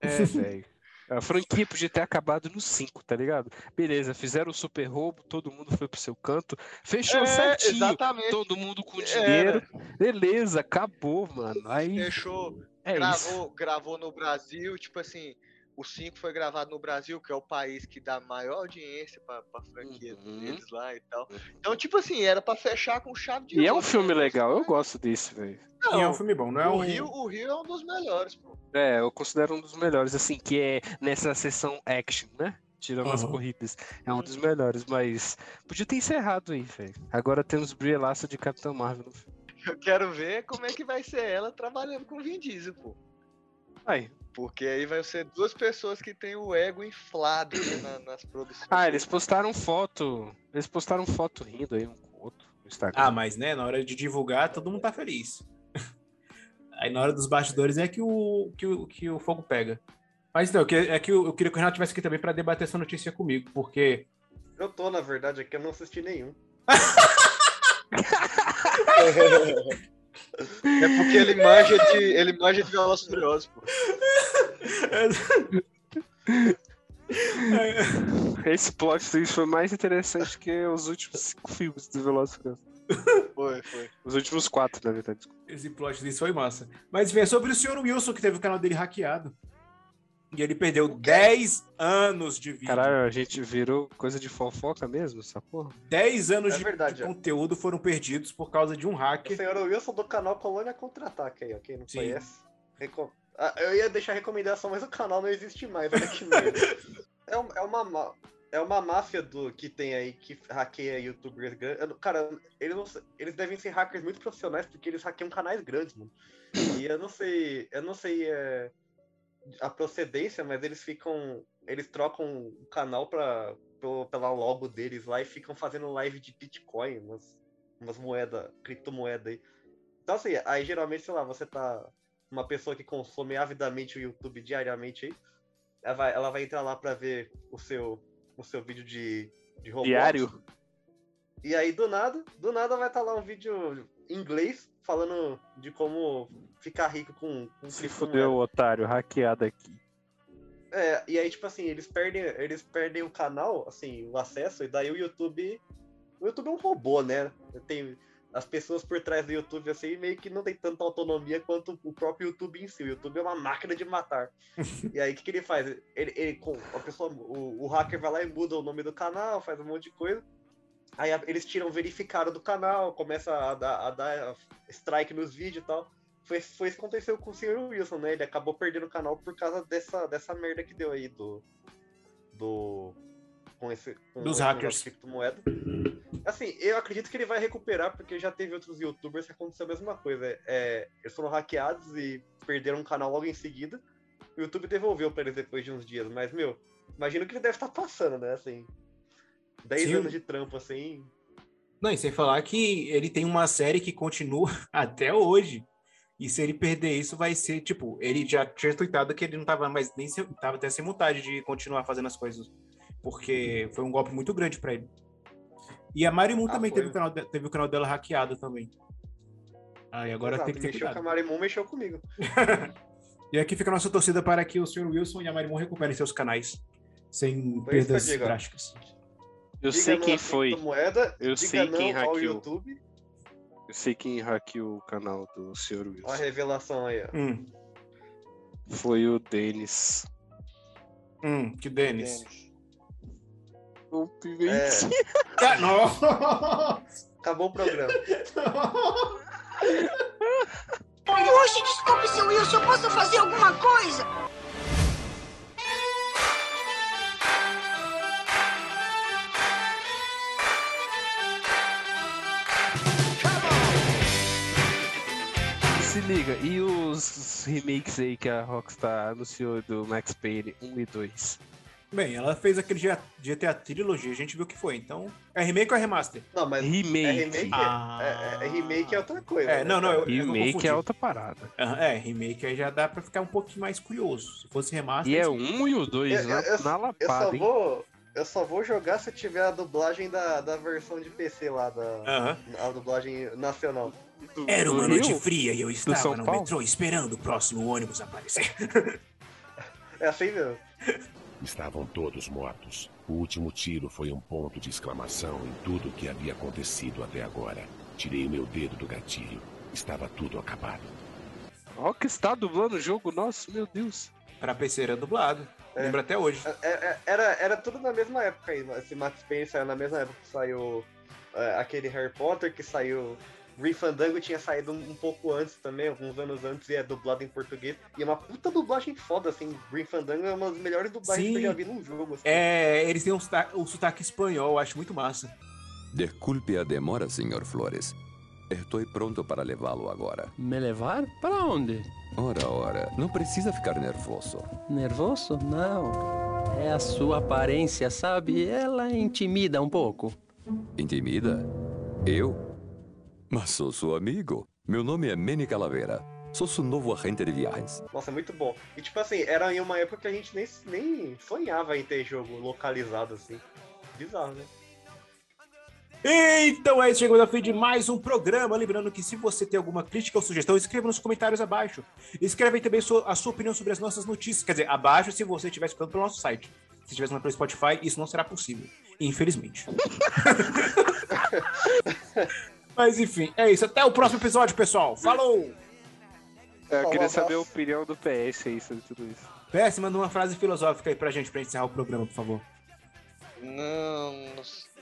[SPEAKER 3] É, velho. A franquia podia ter acabado no 5, tá ligado? Beleza, fizeram o super roubo, todo mundo foi pro seu canto, fechou
[SPEAKER 2] É,
[SPEAKER 3] certinho,
[SPEAKER 2] exatamente. É,
[SPEAKER 3] todo mundo com
[SPEAKER 2] Era.
[SPEAKER 3] dinheiro, beleza, acabou, mano. Aí
[SPEAKER 2] Fechou.
[SPEAKER 3] é isso.
[SPEAKER 2] gravou, gravou no Brasil, tipo assim, o 5 foi gravado no Brasil, que é o país que dá maior audiência pra, pra franquia
[SPEAKER 3] Uhum.
[SPEAKER 2] deles lá e tal. Então, tipo assim, era pra fechar com chave de
[SPEAKER 3] E é um
[SPEAKER 2] ouro,
[SPEAKER 3] filme
[SPEAKER 2] né?
[SPEAKER 3] legal, eu gosto desse, velho.
[SPEAKER 1] E é um
[SPEAKER 2] Não,
[SPEAKER 1] filme bom, não é
[SPEAKER 2] o,
[SPEAKER 1] um.
[SPEAKER 2] Rio, o Rio é um dos melhores, pô.
[SPEAKER 3] É, eu considero um dos melhores, assim, que é nessa sessão action, né? Tirando as
[SPEAKER 1] Aham.
[SPEAKER 3] corridas. É um dos melhores, mas podia ter encerrado aí, velho. Agora temos Brielaça de Capitão Marvel no filme.
[SPEAKER 2] Eu quero ver como é que vai ser ela trabalhando com o Vin Diesel, pô.
[SPEAKER 3] Aí.
[SPEAKER 2] Porque aí vai ser duas pessoas que têm o ego inflado né, na- nas produções.
[SPEAKER 3] Ah, eles postaram foto. Eles postaram foto rindo aí um com o outro no Instagram.
[SPEAKER 1] Ah, mas né, na hora de divulgar, todo mundo tá feliz. Aí na hora dos bastidores é que o, que o, que o fogo pega. Mas não, eu que- é que eu, eu queria que o Renato tivesse aqui também pra debater essa notícia comigo, porque.
[SPEAKER 5] Eu tô, na verdade, aqui eu não assisti nenhum.
[SPEAKER 2] É porque ele manja de, ele manja de Velozes e Furiosos, pô.
[SPEAKER 3] Esse plot twist foi mais interessante que os últimos cinco filmes do Velozes e Furiosos.
[SPEAKER 2] Foi, foi.
[SPEAKER 3] Os últimos quatro, na verdade. desculpa.
[SPEAKER 1] Esse plot disso foi massa. Mas enfim, é sobre o senhor Wilson que teve o canal dele hackeado. E ele perdeu 10 anos de vida.
[SPEAKER 3] Caralho, a gente virou coisa de fofoca mesmo, essa porra?
[SPEAKER 1] 10 anos
[SPEAKER 5] É
[SPEAKER 1] de,
[SPEAKER 5] verdade,
[SPEAKER 1] de
[SPEAKER 5] é.
[SPEAKER 1] conteúdo foram perdidos por causa de um
[SPEAKER 5] O
[SPEAKER 1] hacker.
[SPEAKER 5] senhor Wilson do canal Colônia Contra-Ataque aí, ó. Quem não
[SPEAKER 1] Sim.
[SPEAKER 5] conhece. Recom- Ah, eu ia deixar a recomendação, mas o canal não existe mais. Olha que merda. é, um- é uma má- é uma máfia do que tem aí que hackeia youtubers grandes. Eu não- Cara, eles, não se- eles devem ser hackers muito profissionais porque eles hackeiam canais grandes, mano. E eu não sei, eu não sei é, a procedência, mas eles ficam, eles trocam o canal pra, pelo- pela logo deles lá e ficam fazendo live de Bitcoin, umas, umas moedas, criptomoeda aí. Então assim, aí geralmente, sei lá, você tá uma pessoa que consome avidamente o YouTube diariamente aí, ela vai, ela vai entrar lá pra ver o seu, o seu vídeo de, de Roblox.
[SPEAKER 3] Diário?
[SPEAKER 5] E aí, do nada, do nada vai estar lá um vídeo em inglês falando de como ficar rico com, com
[SPEAKER 3] Se
[SPEAKER 5] criptomoeda.
[SPEAKER 3] fudeu, otário, hackeado aqui.
[SPEAKER 5] É, e aí, tipo assim, eles perdem, eles perdem o canal, assim, o acesso, e daí o YouTube. O YouTube é um robô, né? Tem as pessoas por trás do YouTube, assim, meio que não tem tanta autonomia quanto o próprio YouTube em si. O YouTube é uma máquina de matar. E aí, o que, que ele faz? Ele, ele com a pessoa, o, o hacker vai lá e muda o nome do canal, faz um monte de coisa. Aí a- eles tiram o verificado do canal, começa a dar, a dar strike nos vídeos e tal. Foi, foi isso que aconteceu com o Sr. Wilson, né? Ele acabou perdendo o canal por causa dessa, dessa merda que deu aí do. Do. Com esse. Com
[SPEAKER 1] Dos
[SPEAKER 5] esse
[SPEAKER 1] hackers.
[SPEAKER 5] negócio de criptomoeda. Assim, eu acredito que ele vai recuperar, porque já teve outros youtubers que aconteceu a mesma coisa. É, eles foram hackeados e perderam o canal logo em seguida. O YouTube devolveu pra eles depois de uns dias, mas, meu, imagino que ele deve estar passando, né? Assim. 10
[SPEAKER 1] Sim.
[SPEAKER 5] anos de trampo, assim.
[SPEAKER 1] Não, e sem falar que ele tem uma série que continua até hoje. E se ele perder isso, vai ser, tipo, ele já tinha tweetado que ele não tava mais nem sem- tava até sem vontade de continuar fazendo as coisas. Porque foi um golpe muito grande pra ele. E a Marimun
[SPEAKER 5] Ah,
[SPEAKER 1] também
[SPEAKER 5] foi.
[SPEAKER 1] teve o, canal, de- teve o canal dela hackeado também. Ah, e agora
[SPEAKER 5] Exato,
[SPEAKER 1] tem que ter
[SPEAKER 5] mexeu com a
[SPEAKER 1] cuidado.
[SPEAKER 5] Marimun, mexeu comigo.
[SPEAKER 1] E aqui fica a nossa torcida para que o Sr. Wilson e a Marimun recuperem seus canais. Sem
[SPEAKER 5] Foi isso que eu
[SPEAKER 1] perdas
[SPEAKER 5] digo, ó.
[SPEAKER 1] drásticas.
[SPEAKER 3] Eu
[SPEAKER 5] Diga
[SPEAKER 3] sei
[SPEAKER 5] não
[SPEAKER 3] quem
[SPEAKER 5] à
[SPEAKER 3] foi.
[SPEAKER 5] criptomoeda,
[SPEAKER 3] Eu
[SPEAKER 5] diga
[SPEAKER 3] sei quem
[SPEAKER 5] não ao
[SPEAKER 3] hackeou.
[SPEAKER 5] YouTube.
[SPEAKER 3] Eu sei quem hackeou o canal do Sr. Wilson.
[SPEAKER 5] Olha a revelação aí, ó.
[SPEAKER 1] Hum,
[SPEAKER 3] Foi o Denis.
[SPEAKER 1] hum, que Denis.
[SPEAKER 3] O
[SPEAKER 5] É,
[SPEAKER 3] Pimentinha.
[SPEAKER 1] Ah, não!
[SPEAKER 5] acabou o programa.
[SPEAKER 8] Poxa, desculpe, seu Wilson, eu posso fazer alguma coisa?
[SPEAKER 3] Se liga, e os remakes aí que a Rockstar anunciou do Max Payne 1 e 2?
[SPEAKER 1] Bem, ela fez aquele G- GTA Trilogy, a gente viu o que foi. Então, é remake ou é remaster?
[SPEAKER 5] Não, mas
[SPEAKER 3] Remake.
[SPEAKER 5] é remake,
[SPEAKER 1] Ah.
[SPEAKER 5] é, é- é remake é outra coisa.
[SPEAKER 1] É,
[SPEAKER 5] né,
[SPEAKER 1] não, não,
[SPEAKER 5] cara?
[SPEAKER 1] eu, eu não
[SPEAKER 3] Remake
[SPEAKER 1] confundi.
[SPEAKER 3] é outra parada.
[SPEAKER 1] Aham, É, remake aí já dá pra ficar um pouquinho mais curioso. Se fosse remaster...
[SPEAKER 3] E é
[SPEAKER 1] assim,
[SPEAKER 3] o 1 e o 2
[SPEAKER 5] Eu-
[SPEAKER 3] na,
[SPEAKER 5] eu-
[SPEAKER 3] na
[SPEAKER 5] Eu só
[SPEAKER 3] lapada, hein?
[SPEAKER 5] vou. Eu só vou jogar se eu tiver a dublagem da, da versão de PC lá, da,
[SPEAKER 1] aham.
[SPEAKER 5] a dublagem nacional.
[SPEAKER 3] Do-
[SPEAKER 1] Era
[SPEAKER 3] do
[SPEAKER 1] uma
[SPEAKER 3] Rio?
[SPEAKER 1] noite fria e eu
[SPEAKER 3] São
[SPEAKER 1] estava no
[SPEAKER 3] Paulo?
[SPEAKER 1] metrô esperando o próximo ônibus aparecer.
[SPEAKER 5] É assim mesmo.
[SPEAKER 9] Estavam todos mortos. O último tiro foi um ponto de exclamação em tudo o que havia acontecido até agora. Tirei o meu dedo do gatilho. Estava tudo acabado.
[SPEAKER 3] Rockstar dublando o jogo nosso, meu Deus.
[SPEAKER 1] pra PC era dublado.
[SPEAKER 5] É.
[SPEAKER 1] Lembro até hoje.
[SPEAKER 5] É- é- Era, era tudo na mesma época aí. né? Esse Max Payne saiu na mesma época que saiu é, aquele Harry Potter, que saiu. Rifandango tinha saído um, um pouco antes também, alguns anos antes, e é dublado em português. E é uma puta dublagem foda, assim. Rifandango é uma das melhores dublagens
[SPEAKER 1] Sim.
[SPEAKER 5] que eu já vi num jogo. assim.
[SPEAKER 1] É, eles têm um sotaque, um sotaque espanhol, eu acho muito massa.
[SPEAKER 10] Desculpe a demora, Sr. Flores. Estou pronto para levá-lo agora.
[SPEAKER 11] ¿Me levar? ¿Para onde?
[SPEAKER 10] Ora, ora, não precisa ficar nervoso.
[SPEAKER 11] Nervoso? Não. É a sua aparência, sabe? Ela intimida um pouco.
[SPEAKER 10] Intimida? Eu? Mas sou seu amigo. Meu nome é Manny Calavera. Sou seu novo agente de viagens.
[SPEAKER 5] Nossa, é muito bom. E tipo assim, era em uma época que a gente nem, nem sonhava em ter jogo localizado assim. Bizarro, né?
[SPEAKER 1] Então é isso, chegamos ao fim de mais um programa. Lembrando que se você tem alguma crítica ou sugestão, escreva nos comentários abaixo. Escreve aí também sua- a sua opinião sobre as nossas notícias. Quer dizer, abaixo se você estiver escutando pelo nosso site. Se estiver escutando pelo Spotify, isso não será possível. Infelizmente. Mas enfim, é isso. Até o próximo episódio, pessoal. Falou!
[SPEAKER 3] É, Eu
[SPEAKER 5] Falou,
[SPEAKER 3] queria saber a
[SPEAKER 5] abraço.
[SPEAKER 3] opinião do PS aí sobre tudo isso.
[SPEAKER 1] PS, manda uma frase filosófica aí pra gente, pra encerrar o programa, por favor.
[SPEAKER 2] Não,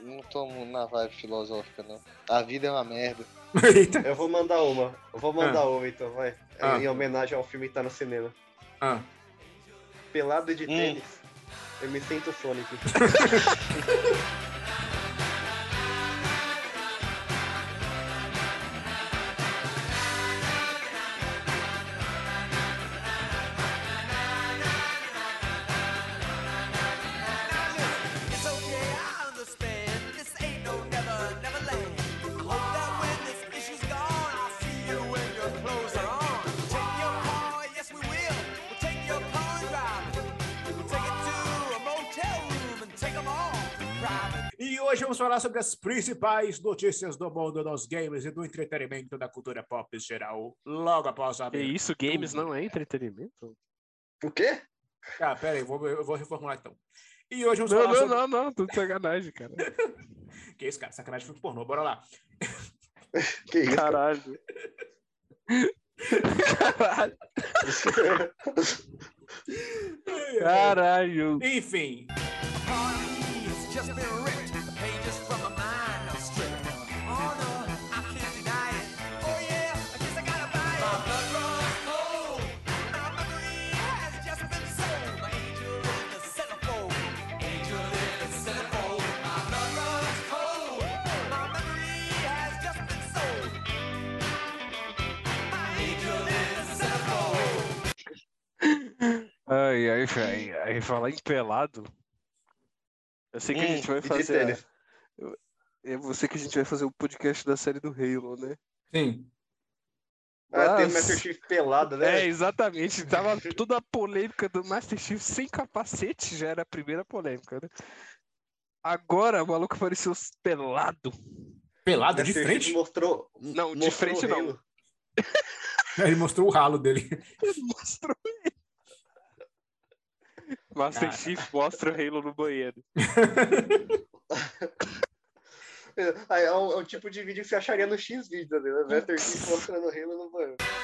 [SPEAKER 2] não, não tô na vibe filosófica, não. A vida é uma merda.
[SPEAKER 1] Eita.
[SPEAKER 5] Eu vou mandar uma. Eu vou mandar
[SPEAKER 1] Ah.
[SPEAKER 5] uma então, vai.
[SPEAKER 1] Ah.
[SPEAKER 5] Em homenagem ao filme que tá no cinema.
[SPEAKER 1] Ah.
[SPEAKER 5] Pelado de
[SPEAKER 2] Hum.
[SPEAKER 5] tênis, eu me sinto Sonic.
[SPEAKER 1] E hoje vamos falar sobre as principais notícias do mundo dos games e do entretenimento da cultura pop em geral. Logo após a
[SPEAKER 3] Que
[SPEAKER 1] abertura.
[SPEAKER 3] isso, games não é entretenimento?
[SPEAKER 5] O quê?
[SPEAKER 1] Ah, pera aí, vou, eu vou reformular então. E hoje vamos
[SPEAKER 3] Não,
[SPEAKER 1] falar
[SPEAKER 3] não,
[SPEAKER 1] sobre.
[SPEAKER 3] não, não, tudo sacanagem, cara.
[SPEAKER 1] Que isso, cara? Sacanagem filme pornô, bora lá.
[SPEAKER 5] Que isso?
[SPEAKER 3] Caralho. Caralho. Caralho.
[SPEAKER 1] Enfim.
[SPEAKER 3] Ai, ai, velho. Aí falar em pelado. Eu sei que a
[SPEAKER 2] Hum,
[SPEAKER 3] gente vai
[SPEAKER 5] de
[SPEAKER 3] fazer.
[SPEAKER 5] tênis.
[SPEAKER 3] A... Eu eu sei que a gente vai fazer o podcast da série do Halo, né?
[SPEAKER 1] Sim.
[SPEAKER 5] Ah, tem o
[SPEAKER 3] Mas-
[SPEAKER 5] Master Chief pelado,
[SPEAKER 3] É,
[SPEAKER 5] né?
[SPEAKER 3] exatamente. Tava toda a polêmica do Master Chief sem capacete, já era a primeira polêmica, né? Agora o maluco apareceu pelado.
[SPEAKER 1] Pelado de
[SPEAKER 5] Master Chief
[SPEAKER 1] frente?
[SPEAKER 5] mostrou.
[SPEAKER 3] Não, de
[SPEAKER 5] mostrou
[SPEAKER 3] frente
[SPEAKER 5] o
[SPEAKER 3] não.
[SPEAKER 5] Halo.
[SPEAKER 1] Ele mostrou o ralo dele.
[SPEAKER 3] Ele mostrou ele. Master
[SPEAKER 1] Cara.
[SPEAKER 3] Chief mostra o Halo no banheiro.
[SPEAKER 5] tá É, é um, é um tipo de vídeo que você acharia no X-Videos, né? Master Chief mostrando o Halo no banheiro.